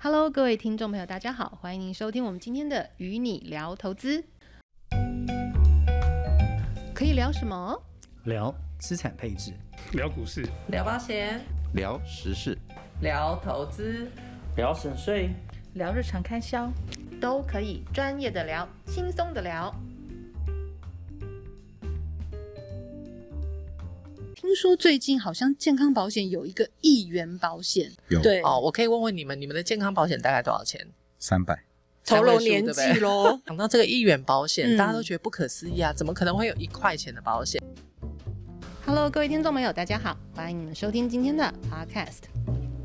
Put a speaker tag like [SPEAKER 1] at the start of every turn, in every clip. [SPEAKER 1] Hello，各位听众朋友，大家好，欢迎您收听我们今天的《与你聊投资》，可以聊什么？
[SPEAKER 2] 聊资产配置，
[SPEAKER 3] 聊股市，
[SPEAKER 4] 聊保险，
[SPEAKER 5] 聊时事，
[SPEAKER 4] 聊投资，
[SPEAKER 6] 聊省税，
[SPEAKER 7] 聊日常开销，
[SPEAKER 1] 都可以专业的聊，轻松的聊。听说最近好像健康保险有一个亿元保险，
[SPEAKER 5] 有
[SPEAKER 7] 对
[SPEAKER 4] 哦，我可以问问你们，你们的健康保险大概多少钱？
[SPEAKER 5] 三百，
[SPEAKER 7] 头
[SPEAKER 4] 三位
[SPEAKER 7] 龙
[SPEAKER 4] 数
[SPEAKER 7] 年
[SPEAKER 4] 对不
[SPEAKER 7] 纪
[SPEAKER 4] 对
[SPEAKER 7] 喽。
[SPEAKER 4] 讲到这个一元保
[SPEAKER 7] 嗯
[SPEAKER 4] 险，大家都觉得不可思议啊，怎么可能会有一块钱的保险？
[SPEAKER 1] Hello，各位听众朋友，大家好，欢迎你们收听今天的 Podcast。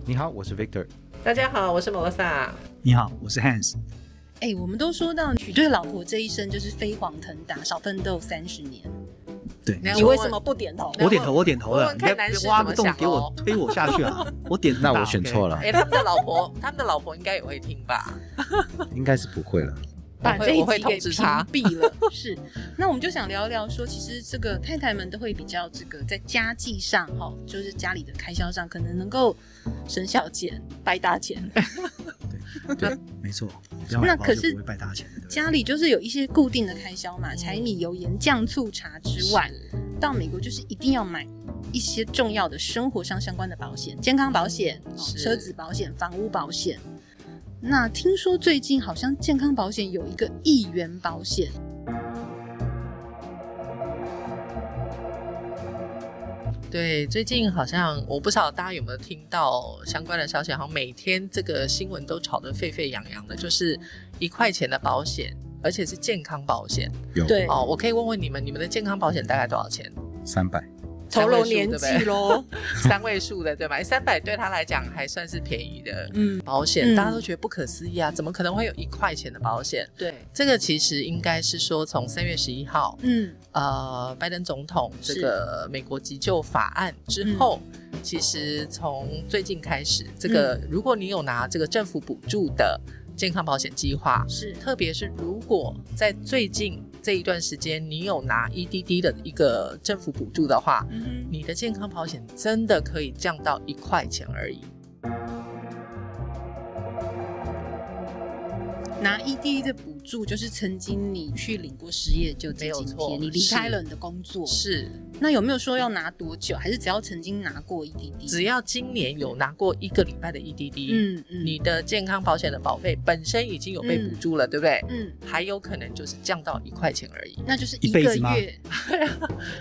[SPEAKER 5] 你好，我是 Victor。
[SPEAKER 4] 大家好，我是摩萨。
[SPEAKER 2] 你好，我是 Hans。
[SPEAKER 1] 哎，我们都说到娶对老婆这一生就是飞黄腾达，少奋斗三十年。哦
[SPEAKER 2] 对，
[SPEAKER 4] 你
[SPEAKER 7] 你为什么不点头？
[SPEAKER 4] 然后
[SPEAKER 2] 我点头，我点头
[SPEAKER 4] 问
[SPEAKER 2] 了，
[SPEAKER 4] 问
[SPEAKER 2] 你
[SPEAKER 4] 看
[SPEAKER 2] 别
[SPEAKER 4] 男士
[SPEAKER 2] 别
[SPEAKER 4] 怎
[SPEAKER 2] 挖
[SPEAKER 4] 么
[SPEAKER 2] 个洞
[SPEAKER 4] 想
[SPEAKER 2] 给我
[SPEAKER 4] 哦
[SPEAKER 2] 推我下去 啊！我点很
[SPEAKER 5] 那
[SPEAKER 2] 大
[SPEAKER 5] 我选错，了
[SPEAKER 4] 哎、，他们的老婆，他们的老婆应该也会听吧？
[SPEAKER 5] 应该是不会了。
[SPEAKER 1] 把
[SPEAKER 4] 我会
[SPEAKER 1] 这一
[SPEAKER 4] 我会
[SPEAKER 1] 集给
[SPEAKER 4] 通知他
[SPEAKER 1] 屏蔽了。是，那我们就想聊聊说，其实这个太太们都会比较这个在家计上哈、哦，就是家里的开销上，可能能够省小钱，败大 钱。
[SPEAKER 2] 没错，不
[SPEAKER 4] 啊
[SPEAKER 2] 要买
[SPEAKER 1] 那
[SPEAKER 2] 保
[SPEAKER 1] 可
[SPEAKER 2] 险
[SPEAKER 1] 是
[SPEAKER 2] 不会败大钱的。
[SPEAKER 1] 家里就是有一些固定的开销嘛，柴米油盐酱醋茶之外，到美国就是一定要买一些重要的生活上相关的保险，健康保险、哦
[SPEAKER 4] 嗯是
[SPEAKER 1] 车子保险、房屋保险。那听说最近好像健康保险有一个亿元保险，
[SPEAKER 4] 哦对，最近好像我不知道大家有没有听到相关的消息，好像每天这个新闻都吵得沸沸扬扬的，就是一块钱的保险，而且是健康保险。
[SPEAKER 5] 有
[SPEAKER 7] 对，
[SPEAKER 4] 哦，我可以问问你们，你们的健康保险大概多少钱？
[SPEAKER 5] 三百，
[SPEAKER 7] 头龙
[SPEAKER 4] 三位
[SPEAKER 7] 年
[SPEAKER 4] 数
[SPEAKER 7] 纪
[SPEAKER 4] 对不
[SPEAKER 7] 喽。
[SPEAKER 4] 对三位数的对吧？三百对他来讲还算是便宜的
[SPEAKER 7] 嗯，
[SPEAKER 4] 保险，
[SPEAKER 7] 嗯
[SPEAKER 4] 大家都觉得不可思议啊，怎么可能会有一块钱的保险？
[SPEAKER 7] 对，
[SPEAKER 4] 这个其实应该是说，从三月十一号，
[SPEAKER 1] 嗯，
[SPEAKER 4] 呃，拜登总统这
[SPEAKER 1] 是嗯
[SPEAKER 4] 个美国急救法案之后，其实从最近开始，这个、
[SPEAKER 1] 嗯
[SPEAKER 4] 如果你有拿这个政府补助的健康保险计划，
[SPEAKER 1] 是
[SPEAKER 4] 特别是如果在最近这一段时间你有拿 EDD 的一个政府补助的话，
[SPEAKER 1] 嗯
[SPEAKER 4] 你的健康保险真的可以降到一块钱而已。
[SPEAKER 1] 哼，拿 ED 的补助就是曾经你去领过失业救济
[SPEAKER 4] 没有
[SPEAKER 1] 津贴，
[SPEAKER 4] 错
[SPEAKER 1] 你离
[SPEAKER 4] 是
[SPEAKER 1] 开了你的工作，
[SPEAKER 4] 是，
[SPEAKER 1] 那有没有说要拿多久？还是只要曾经拿过 ED？
[SPEAKER 4] 只要今年有拿过一个礼拜的 EDD，、
[SPEAKER 1] 嗯嗯，
[SPEAKER 4] 你的健康保险的保费本身已经有被补助了，对不对？
[SPEAKER 1] 嗯，
[SPEAKER 4] 还有可能就是降到一块钱而已。
[SPEAKER 1] 那就是
[SPEAKER 2] 一
[SPEAKER 1] 一
[SPEAKER 2] 辈
[SPEAKER 1] 个
[SPEAKER 2] 子吗
[SPEAKER 1] 月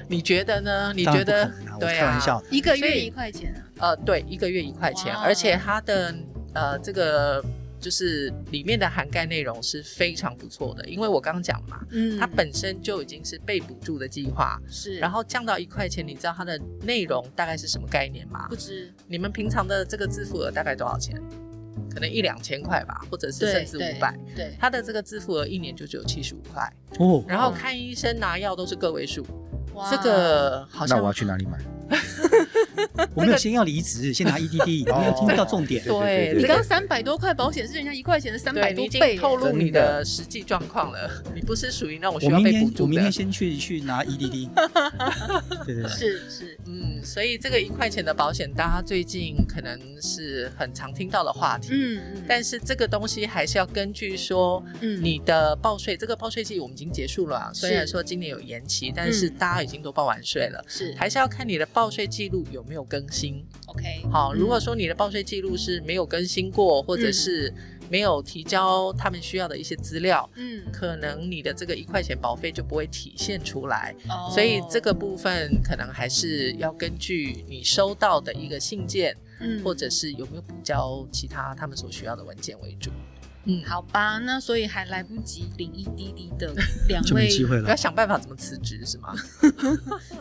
[SPEAKER 4] 你觉得呢？你
[SPEAKER 2] 当
[SPEAKER 4] 觉
[SPEAKER 2] 然不
[SPEAKER 4] 得
[SPEAKER 2] 可能啊？？我
[SPEAKER 4] 对
[SPEAKER 2] 开玩 笑
[SPEAKER 4] 啊，
[SPEAKER 2] 的，
[SPEAKER 1] 一个
[SPEAKER 4] 所
[SPEAKER 1] 月
[SPEAKER 4] 以
[SPEAKER 1] 一块钱啊，
[SPEAKER 4] 呃，对，一个月一块钱，
[SPEAKER 1] 哇
[SPEAKER 4] 而且它的呃这个就是里面的涵盖内容是非常不错的，因为我刚刚讲嘛，
[SPEAKER 1] 嗯
[SPEAKER 4] 它本身就已经是被补助的计划，
[SPEAKER 1] 是，
[SPEAKER 4] 然后降到一块钱，你知道它的内容大概是什么概念吗
[SPEAKER 1] 不？知
[SPEAKER 4] 你们平常的这个自付额大概多少钱？可能一两千块吧，或者是甚至五百。
[SPEAKER 1] 对，
[SPEAKER 4] 他的这个自付额一年就只有七十五块，
[SPEAKER 2] 哦，
[SPEAKER 4] 然后看医生拿药都是个位数，
[SPEAKER 1] 嗯哇
[SPEAKER 4] 这个好
[SPEAKER 5] 那
[SPEAKER 4] 像
[SPEAKER 5] 我要去哪里买？
[SPEAKER 2] 我没有先要离职，先拿 EDD，你没有听到重点。
[SPEAKER 4] 对
[SPEAKER 1] 你
[SPEAKER 4] 这
[SPEAKER 1] 刚
[SPEAKER 4] 个
[SPEAKER 1] 刚三百多块保险是人家一块钱的三百
[SPEAKER 4] 对你
[SPEAKER 1] 多
[SPEAKER 4] 已经
[SPEAKER 1] 倍耶，
[SPEAKER 4] 透露你
[SPEAKER 5] 真的
[SPEAKER 4] 的实际状况了，你不是属于那种需
[SPEAKER 2] 我
[SPEAKER 4] 要
[SPEAKER 2] 明
[SPEAKER 4] 被补
[SPEAKER 2] 天我
[SPEAKER 4] 助
[SPEAKER 2] 明
[SPEAKER 4] 的
[SPEAKER 2] 天。先去去 拿 EDD。对对对，
[SPEAKER 1] 是是，
[SPEAKER 4] 嗯，所以这个一块钱的保险，大家最近可能是很常听到的话题。
[SPEAKER 1] 嗯嗯，
[SPEAKER 4] 但是这个东西还是要根据说
[SPEAKER 1] 嗯
[SPEAKER 4] 你的报税，这个报税季我们已经结束了啊、
[SPEAKER 1] 是
[SPEAKER 4] 虽然说今年有延期，但是
[SPEAKER 1] 嗯
[SPEAKER 4] 大家已经都报完税了，
[SPEAKER 1] 是
[SPEAKER 4] 还是要看你的报税记录有没有更新。
[SPEAKER 1] OK，
[SPEAKER 4] 好，
[SPEAKER 1] 嗯
[SPEAKER 4] 如果说你的报税记录是没有更新过，或者是没有提交他们需要的一些资料，
[SPEAKER 1] 嗯，
[SPEAKER 4] 可能你的这个一块钱保费就不会体现出来。
[SPEAKER 1] 哦
[SPEAKER 4] 所以这个部分可能还是要根据你收到的一个信件，
[SPEAKER 1] 嗯
[SPEAKER 4] 或者是有没有补交其他他们所需要的文件为主。嗯，
[SPEAKER 1] 好吧，那所以还来不及领 EDD 的两
[SPEAKER 2] 就没
[SPEAKER 1] 位
[SPEAKER 2] 机会
[SPEAKER 4] 要
[SPEAKER 2] 了。
[SPEAKER 4] 想办法怎么辞职 是吗？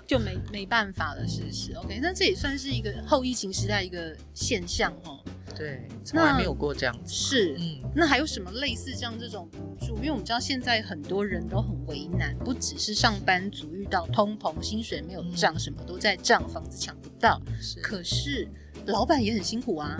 [SPEAKER 1] 就没没办法了，是是 OK，那这也算是一个后疫情时代一个现象哦，
[SPEAKER 4] 对， 从来
[SPEAKER 1] 那
[SPEAKER 4] 没有过这样子。
[SPEAKER 1] 是，
[SPEAKER 4] 嗯，
[SPEAKER 1] 那还有什么类似像这种补助？因为我们知道现在很多人都很为难，不只是上班族遇到通膨，薪水没有涨，什么都在涨，房子抢不到。
[SPEAKER 4] 是。
[SPEAKER 1] 可是老板也很辛苦啊。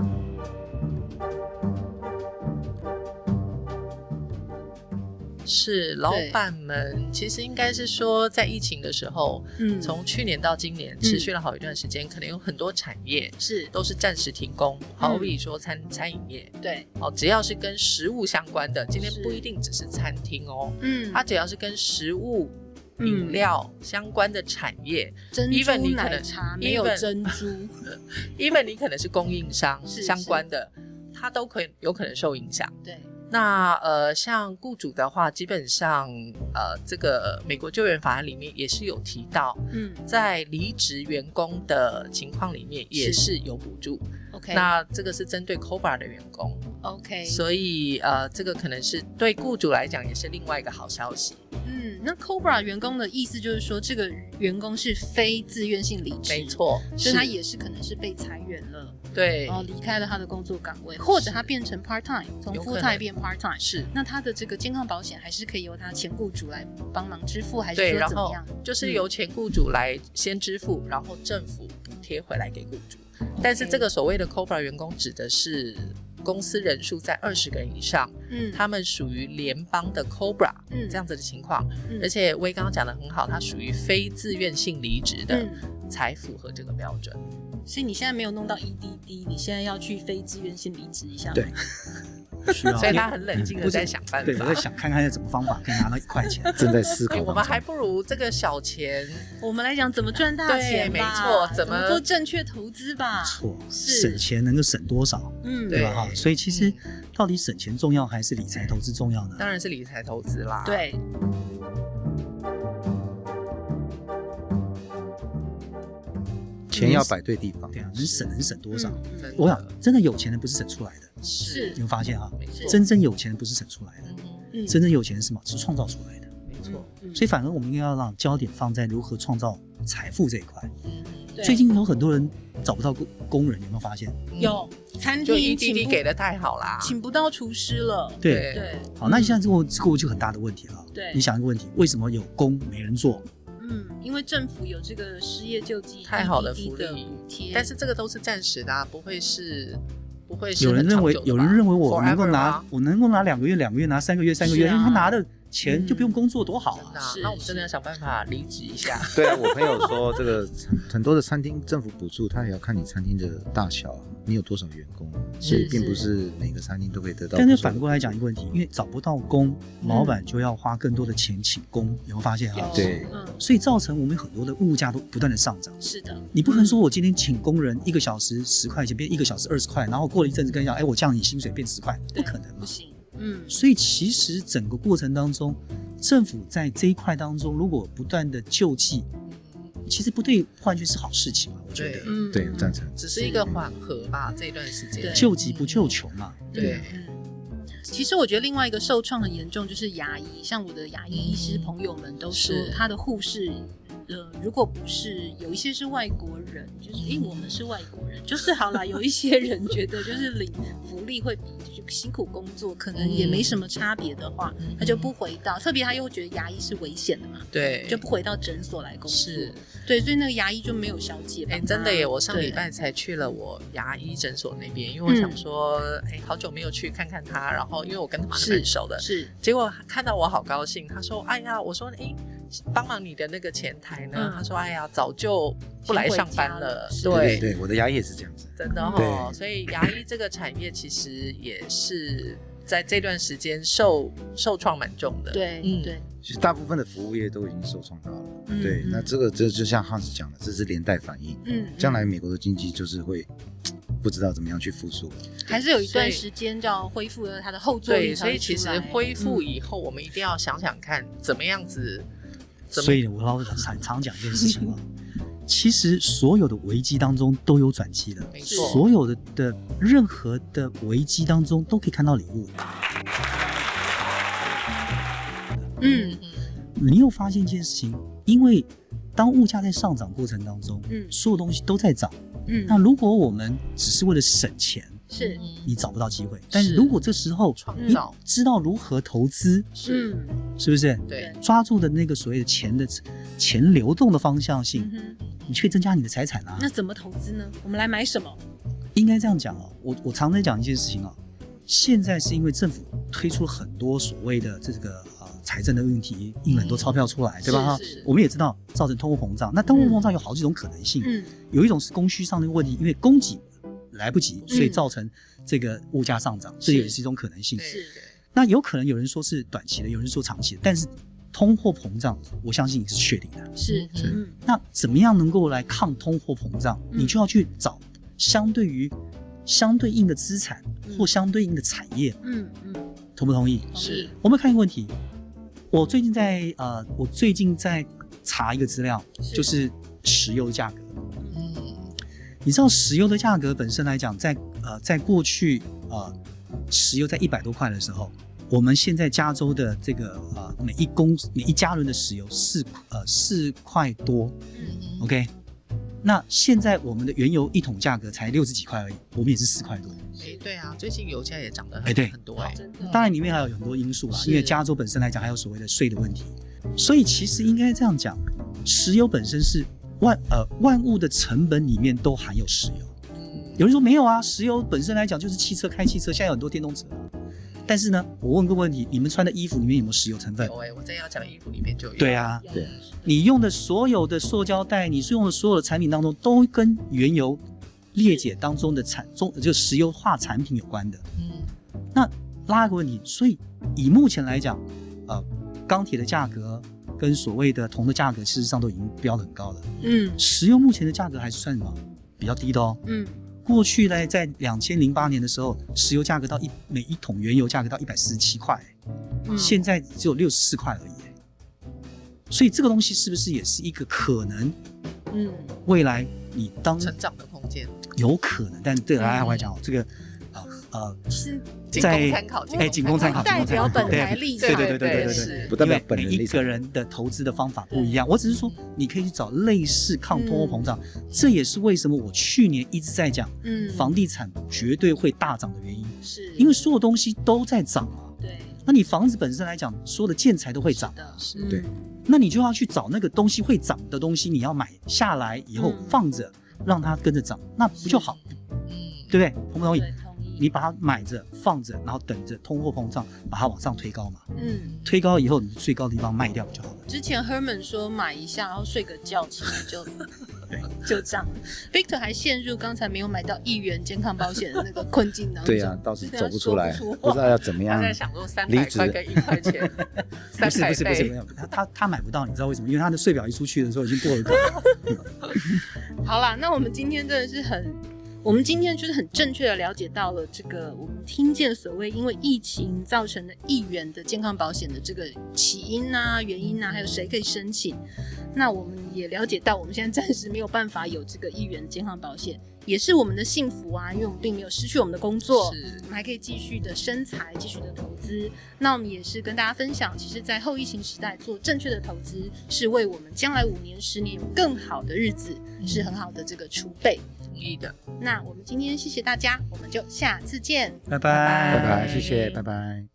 [SPEAKER 4] 是老板们其实应该是说，在疫情的时候，
[SPEAKER 1] 嗯，
[SPEAKER 4] 从去年到今年持续了好一段时间，可能有很多产业
[SPEAKER 1] 是
[SPEAKER 4] 都是暂时停工，好
[SPEAKER 1] 嗯
[SPEAKER 4] 比说餐餐饮业
[SPEAKER 1] 对，
[SPEAKER 4] 哦，只要是跟食物相关的，今天
[SPEAKER 1] 是
[SPEAKER 4] 不一定只是餐厅哦，
[SPEAKER 1] 嗯，
[SPEAKER 4] 它只要是跟食物。
[SPEAKER 1] 嗯
[SPEAKER 4] 饮料相关的产业
[SPEAKER 1] 珍
[SPEAKER 4] even
[SPEAKER 1] 珠
[SPEAKER 4] 你可
[SPEAKER 1] 奶
[SPEAKER 4] 能
[SPEAKER 1] 茶没有
[SPEAKER 4] even
[SPEAKER 1] 珍珠，
[SPEAKER 4] ，even 你可能是供应商
[SPEAKER 1] 是
[SPEAKER 4] 相关的，它都可以有可能受影响。
[SPEAKER 1] 对，
[SPEAKER 4] 那呃，像雇主的话，基本上呃，这个美国救援法案里面也是有提到，
[SPEAKER 1] 嗯
[SPEAKER 4] 在离职员工的情况里面也是有补助。
[SPEAKER 1] ，OK，
[SPEAKER 4] 那这个是针对 COBRA 的员工，
[SPEAKER 1] OK，
[SPEAKER 4] 所以呃，这个可能是对雇主来讲也是另外一个好消息。
[SPEAKER 1] 嗯，那 Cobra 员工的意思就是说，这个员工是非自愿性离职，
[SPEAKER 4] 没，错，
[SPEAKER 1] 所以他也是可能是被裁员了，
[SPEAKER 4] 对
[SPEAKER 1] 然后离开了他的工作岗位，或者他变成 part time，从
[SPEAKER 4] 有可
[SPEAKER 1] full
[SPEAKER 4] 能
[SPEAKER 1] time 变 part time，
[SPEAKER 4] 是。
[SPEAKER 1] 那他的这个健康保险还是可以由他前雇主来帮忙支付，还是
[SPEAKER 4] 对，
[SPEAKER 1] 说
[SPEAKER 4] 然
[SPEAKER 1] 怎么
[SPEAKER 4] 后
[SPEAKER 1] 样？嗯
[SPEAKER 4] 就是由前雇主来先支付，然后政府补贴回来给雇主。但是这个所谓的 COBRA 员工指的是公司人数在二十个人以上，
[SPEAKER 1] 嗯，
[SPEAKER 4] 他们属于联邦的 COBRA
[SPEAKER 1] 嗯
[SPEAKER 4] 这样子的情况。
[SPEAKER 1] 嗯
[SPEAKER 4] 而且威刚刚讲的很好，他属于非自愿性离职的，
[SPEAKER 1] 嗯，
[SPEAKER 4] 才符合这个标准。
[SPEAKER 1] 所以你现在没有弄到 EDD，你现在要去非自愿性离职一下吗，
[SPEAKER 2] 对需要。
[SPEAKER 4] 所以他很冷静
[SPEAKER 2] 嗯
[SPEAKER 4] 的在想办
[SPEAKER 2] 对，我在
[SPEAKER 4] 法。
[SPEAKER 2] 想看看有什么方法可以拿到一块 钱。
[SPEAKER 5] 正在思
[SPEAKER 4] 哎
[SPEAKER 5] 考
[SPEAKER 4] 我
[SPEAKER 5] 当
[SPEAKER 4] 们还
[SPEAKER 5] 中。
[SPEAKER 4] 不如这个小钱，
[SPEAKER 1] 我们来讲怎么赚大钱
[SPEAKER 4] 对
[SPEAKER 1] 吧
[SPEAKER 4] 没错
[SPEAKER 1] 怎
[SPEAKER 4] 怎么
[SPEAKER 1] 做正确投资吧，
[SPEAKER 2] 错，
[SPEAKER 1] 是
[SPEAKER 2] 省钱能够省多少，
[SPEAKER 1] 嗯，
[SPEAKER 2] 对吧？
[SPEAKER 4] 对
[SPEAKER 2] 哈，所以其实
[SPEAKER 4] 嗯
[SPEAKER 2] 到底省钱重要还是理财投资重要呢？
[SPEAKER 4] 当然是理财投资啦。，
[SPEAKER 1] 对，嗯
[SPEAKER 5] 钱要摆对地方。
[SPEAKER 2] 对啊，能省能省多少？
[SPEAKER 1] 嗯
[SPEAKER 4] 真的
[SPEAKER 2] 我想，真的有钱人不是省出来的，
[SPEAKER 1] 是
[SPEAKER 2] 你会发现啊，
[SPEAKER 4] 没错，
[SPEAKER 2] 真正有钱人不是省出来的，
[SPEAKER 4] 嗯
[SPEAKER 1] 嗯
[SPEAKER 2] 真正有钱人是什么？是创造出来的。
[SPEAKER 4] 没错。
[SPEAKER 1] 嗯
[SPEAKER 2] 所以反而我们应该要让焦点放在如何创造财富这一块。
[SPEAKER 1] 对
[SPEAKER 2] 最近有很多人找不到工工人，有没有发现？
[SPEAKER 4] 嗯
[SPEAKER 1] 有餐
[SPEAKER 4] 就
[SPEAKER 1] 厅请
[SPEAKER 4] EDD
[SPEAKER 1] 不
[SPEAKER 4] 给的太 好啦。
[SPEAKER 1] 请不到厨师了，
[SPEAKER 2] 对，
[SPEAKER 1] 对，
[SPEAKER 2] 好，那现在这个这个就很大的问题了。
[SPEAKER 1] 对
[SPEAKER 2] 你想一个问题，为什么有工没人做？
[SPEAKER 1] 嗯，因为政府有这个失业救济
[SPEAKER 4] 太好的
[SPEAKER 1] EDD
[SPEAKER 4] 福利
[SPEAKER 1] 的补贴，
[SPEAKER 4] 但是这个都是暂时的、啊，不会是不会是
[SPEAKER 2] 有人
[SPEAKER 4] 很长
[SPEAKER 2] 认为
[SPEAKER 4] 久的吧
[SPEAKER 2] 有人认为我
[SPEAKER 4] Forever
[SPEAKER 2] 能够拿
[SPEAKER 4] 啊
[SPEAKER 2] 我能够拿两个月、两个月拿三个月、三个月，
[SPEAKER 1] 是啊
[SPEAKER 2] 因为他拿的钱就不用工作，多好
[SPEAKER 4] 嗯真的
[SPEAKER 2] 啊！
[SPEAKER 4] 啊
[SPEAKER 1] 是
[SPEAKER 4] 那我们真的要想办法离职一下。
[SPEAKER 5] 对啊，我朋友说这个很多的餐厅政府补助，他也要看你餐厅的大小啊，你有多少员工，所以
[SPEAKER 1] 是
[SPEAKER 5] 并不是每个餐厅都可以得到。
[SPEAKER 2] 但是反过来讲一，个问题，因为找不到工，老板就要花更多的钱请工，有没有发现啊
[SPEAKER 1] 有？
[SPEAKER 5] 对
[SPEAKER 1] 嗯，
[SPEAKER 2] 所以造成我们很多的物价都不断的上涨。
[SPEAKER 1] 是的，
[SPEAKER 2] 你不可能说我今天请工人一个小时十块钱，变一个小时二十块，然后过了一阵子跟你讲，哎，我降你薪水变十块，不
[SPEAKER 1] 对
[SPEAKER 2] 可能
[SPEAKER 1] 不
[SPEAKER 2] 嘛。
[SPEAKER 1] 行，嗯，
[SPEAKER 2] 所以其实整个过程当中，政府在这一块当中，如果不断的救济，其实不对换句是好事情嘛，我觉
[SPEAKER 4] 对
[SPEAKER 2] 得。
[SPEAKER 1] 嗯，
[SPEAKER 5] 对
[SPEAKER 1] 嗯
[SPEAKER 5] 赞成。
[SPEAKER 4] 只是一个缓和吧，这一段时间
[SPEAKER 1] 对
[SPEAKER 2] 救急不救穷嘛。
[SPEAKER 4] 对，
[SPEAKER 1] 嗯其实我觉得另外一个受创很严重就是牙医，像我的牙医医师朋友们都说
[SPEAKER 4] 是，
[SPEAKER 1] 他的护士，呃，如果不是有一些是外国人，就是因为我们是外国人，就是好啦，有一些人觉得就是领福利会比就辛苦工作可能也没什么差别的话，
[SPEAKER 4] 嗯
[SPEAKER 1] 他就不回到，特别他又觉得牙医是危险的嘛，
[SPEAKER 4] 对，
[SPEAKER 1] 就不回到诊所来工作，
[SPEAKER 4] 是
[SPEAKER 1] 对，所以那个牙医就没有小姐帮
[SPEAKER 4] 哎、
[SPEAKER 1] 他，
[SPEAKER 4] 真的耶！我上礼
[SPEAKER 1] 对
[SPEAKER 4] 拜才去了我牙医诊所那边，因为我想
[SPEAKER 2] 嗯
[SPEAKER 4] 说，哎、好久没有去看看他，然后因为我跟他蛮
[SPEAKER 1] 是
[SPEAKER 4] 蛮熟的，
[SPEAKER 1] 是，
[SPEAKER 4] 结果看到我好高兴，他说：“哎呀，我说，哎，帮忙你的那个前台呢？”
[SPEAKER 1] 嗯
[SPEAKER 4] 他说：“哎呀，早就不来上班了。
[SPEAKER 1] 先回家了
[SPEAKER 5] 对
[SPEAKER 4] 对
[SPEAKER 5] 对，对，我的牙医也是这样子。
[SPEAKER 4] 真的哦。
[SPEAKER 5] 对
[SPEAKER 4] 所以牙医这个产业其实也是在这段时间受受创蛮重的。
[SPEAKER 1] 对、
[SPEAKER 4] 嗯
[SPEAKER 1] 对，
[SPEAKER 5] 其实大部分的服务业都已经受创到了。
[SPEAKER 1] 嗯
[SPEAKER 5] 对，那这个这就像汉斯讲的，这是连带反应，
[SPEAKER 1] 嗯，
[SPEAKER 5] 将来美国的经济就是会不知道怎么样去复苏。
[SPEAKER 1] 还是有一段
[SPEAKER 4] 所以
[SPEAKER 1] 时间要恢复了它的后坐力
[SPEAKER 4] 对，
[SPEAKER 1] 才
[SPEAKER 4] 所
[SPEAKER 1] 会
[SPEAKER 4] 以
[SPEAKER 1] 出
[SPEAKER 4] 其
[SPEAKER 1] 来，
[SPEAKER 4] 实恢复
[SPEAKER 1] 嗯
[SPEAKER 4] 以后，我们一定要想想看怎么样子，怎么
[SPEAKER 2] 所以我老常常讲一件事情啊，其实所有的危机当中都有转机的，
[SPEAKER 4] 没错
[SPEAKER 2] 所有的的任何的危机当中都可以看到礼物。
[SPEAKER 1] 嗯
[SPEAKER 2] 你又发现一件事情，因为当物价在上涨过程当中，
[SPEAKER 1] 嗯
[SPEAKER 2] 所有东西都在涨。
[SPEAKER 1] 嗯，
[SPEAKER 2] 那如果我们只是为了省钱，
[SPEAKER 1] 是
[SPEAKER 2] 你找不到机会。但是如果这时候
[SPEAKER 4] 创
[SPEAKER 2] 你
[SPEAKER 4] 造
[SPEAKER 2] 知道如何投资，
[SPEAKER 4] 是，
[SPEAKER 1] 嗯
[SPEAKER 2] 是不是
[SPEAKER 4] 对，
[SPEAKER 2] 抓住的那个所谓的钱的钱流动的方向性
[SPEAKER 1] 嗯，哼，
[SPEAKER 2] 你去增加你的财产啊
[SPEAKER 1] 那。怎么投资呢？我们来买什么？
[SPEAKER 2] 应该这样讲哦，我我常在讲一件事情哦，现在是因为政府推出了很多所谓的这个呃财政的问题印了很多钞票出来，对吧？哈
[SPEAKER 4] 嗯是嗯是，
[SPEAKER 2] 我们也知道造成通货膨胀。那通货膨胀有好几种可能性，
[SPEAKER 1] 嗯
[SPEAKER 2] 有一种是供需上的问题，因为供给来不及，所以
[SPEAKER 1] 嗯
[SPEAKER 2] 造成这个物价上涨，这
[SPEAKER 4] 是
[SPEAKER 2] 也是一种可能性。
[SPEAKER 4] 对
[SPEAKER 1] 是
[SPEAKER 2] 那有可能有人说是短期的，有人说长期的，但是通货膨胀，我相信是确定的。
[SPEAKER 1] 是
[SPEAKER 4] 嗯
[SPEAKER 1] 嗯
[SPEAKER 2] 那怎么样能够来抗通货膨胀？
[SPEAKER 1] 嗯
[SPEAKER 2] 你就要去找相对于相对应的资产
[SPEAKER 1] 嗯
[SPEAKER 2] 或相对应的产业，
[SPEAKER 1] 嗯嗯，
[SPEAKER 2] 同不同意？
[SPEAKER 1] 同
[SPEAKER 4] 是
[SPEAKER 1] 意
[SPEAKER 2] 我们看一个问题，我最近在呃，我最近在查一个资料，
[SPEAKER 1] 是
[SPEAKER 2] 就是石油的价格。
[SPEAKER 1] 嗯
[SPEAKER 4] 嗯
[SPEAKER 2] 你知道石油的价格本身来讲，在呃，在过去呃，石油在一百多块的时候，我们现在加州的这个呃每一公每一加仑的石油四呃四块多
[SPEAKER 1] 嗯
[SPEAKER 2] ，OK。那现在我们的原油一桶价格才六十几块而已，我们也是四块多。
[SPEAKER 4] 哎，对啊，最近油价也涨得很、
[SPEAKER 2] 哎对
[SPEAKER 4] 很多哎、
[SPEAKER 1] 嗯真的
[SPEAKER 2] 当然里面还有很多因素啦，
[SPEAKER 4] 是
[SPEAKER 2] 因为加州本身来讲还有所谓的税的问题，所以其实应该这样讲，石油本身是万呃万物的成本里面都含有石油。
[SPEAKER 4] 嗯
[SPEAKER 2] 有人说没有啊，石油本身来讲就是汽车开汽车，现在有很多电动车啊。但是呢，我问个问题，你们穿的衣服里面有没有石油成分
[SPEAKER 4] 有？哎、我正要讲衣服里面就有。
[SPEAKER 2] 对，啊，
[SPEAKER 1] 有
[SPEAKER 5] 对
[SPEAKER 2] 你用的所有的塑胶袋，你用的所有的产品当中，都跟原油裂解当中的产中就石油化产品有关的。
[SPEAKER 4] 嗯，
[SPEAKER 2] 那拉一个问题，所以以目前来讲，呃，钢铁的价格跟所谓的铜的价格，事实上都已经标得很高了。
[SPEAKER 1] 嗯
[SPEAKER 2] 石油目前的价格还是算什么比较低的哦。
[SPEAKER 1] 嗯
[SPEAKER 2] 过去呢，在两千零八年的时候，石油价格到一每一桶原油价格到一百四十七块，
[SPEAKER 1] 嗯
[SPEAKER 2] 现在只有六十四块而已。所以这个东西是不是也是一个可能？
[SPEAKER 1] 嗯
[SPEAKER 2] 未来你当
[SPEAKER 4] 成长的空间，
[SPEAKER 2] 有可能，但对来我来
[SPEAKER 5] 嗯
[SPEAKER 2] 讲，这个啊呃，
[SPEAKER 1] 是
[SPEAKER 4] 仅
[SPEAKER 2] 在
[SPEAKER 4] 供参考，仅
[SPEAKER 2] 哎，仅供参考，仅
[SPEAKER 7] 代
[SPEAKER 2] 供参
[SPEAKER 7] 表
[SPEAKER 2] 考。
[SPEAKER 7] 本
[SPEAKER 2] 对
[SPEAKER 7] 台
[SPEAKER 1] 立
[SPEAKER 2] 对
[SPEAKER 1] 场，
[SPEAKER 2] 对对对对对。
[SPEAKER 4] 是
[SPEAKER 5] 不代
[SPEAKER 2] 因
[SPEAKER 5] 表
[SPEAKER 2] 为
[SPEAKER 5] 本人
[SPEAKER 2] 每一
[SPEAKER 5] 立
[SPEAKER 2] 个
[SPEAKER 5] 场。
[SPEAKER 2] 人的投资的方法不一样。我只是说，你可以去找类似抗通货膨胀，这也是为什么我去年一直在讲
[SPEAKER 1] 嗯
[SPEAKER 2] 房地产绝对会大涨的原因，
[SPEAKER 1] 是
[SPEAKER 2] 因为所有东西都在涨啊。
[SPEAKER 1] 对
[SPEAKER 2] 那你房子本身来讲，所有的建材都会涨，
[SPEAKER 1] 的，嗯
[SPEAKER 5] 对
[SPEAKER 2] 那你就要去找那个东西会涨的东西，你要买下来以后
[SPEAKER 1] 嗯
[SPEAKER 2] 放着，让它跟着涨，那不就好，
[SPEAKER 4] 嗯，
[SPEAKER 2] 对不对？同不同意？
[SPEAKER 1] 对同意
[SPEAKER 2] 你把它买着放着，然后等着通货膨胀把它往上推高嘛，
[SPEAKER 1] 嗯。
[SPEAKER 2] 推高以后你最高的地方卖掉不就好了？
[SPEAKER 1] 之前 Herman 说买一下，然后睡个觉，其实 就
[SPEAKER 2] 对
[SPEAKER 1] 就这样。Victor 还陷入刚才没有买到一元健康保险的那个困境当中。
[SPEAKER 5] 对啊，倒是走不出来，
[SPEAKER 1] 说
[SPEAKER 5] 不知
[SPEAKER 1] 话
[SPEAKER 5] 道要怎么
[SPEAKER 4] 他
[SPEAKER 5] 样。
[SPEAKER 4] 在想说三
[SPEAKER 5] 离
[SPEAKER 4] 百
[SPEAKER 5] 职
[SPEAKER 4] 块跟一块钱，
[SPEAKER 2] 不
[SPEAKER 4] 三
[SPEAKER 2] 是
[SPEAKER 4] 百
[SPEAKER 2] 不是不是没
[SPEAKER 4] 倍。
[SPEAKER 2] 有，他他他买不到，你知道为什么？因为他的税表一出去的时候已经过 了个，
[SPEAKER 1] 好啦，那我们今天真的是很，我们今天就是很正确的了解到了这个我们听见所谓因为疫情造成的一元的健康保险的这个起因啊、原因啊，还有谁可以申请。那我们也了解到，我们现在暂时没有办法有这个一元健康保险，也是我们的幸福啊，因为我们并没有失去我们的工作。
[SPEAKER 4] 是
[SPEAKER 1] 我们还可以继续的生财，继续的投资。那我们也是跟大家分享，其实，在后疫情时代做正确的投资，是为我们将来五年、十年有更好的日子，是很好的这个储备。
[SPEAKER 4] 同意的。
[SPEAKER 1] 那我们今天谢谢大家，我们就下次见。
[SPEAKER 2] 拜
[SPEAKER 5] 拜
[SPEAKER 2] 拜
[SPEAKER 5] 拜，谢谢，拜拜。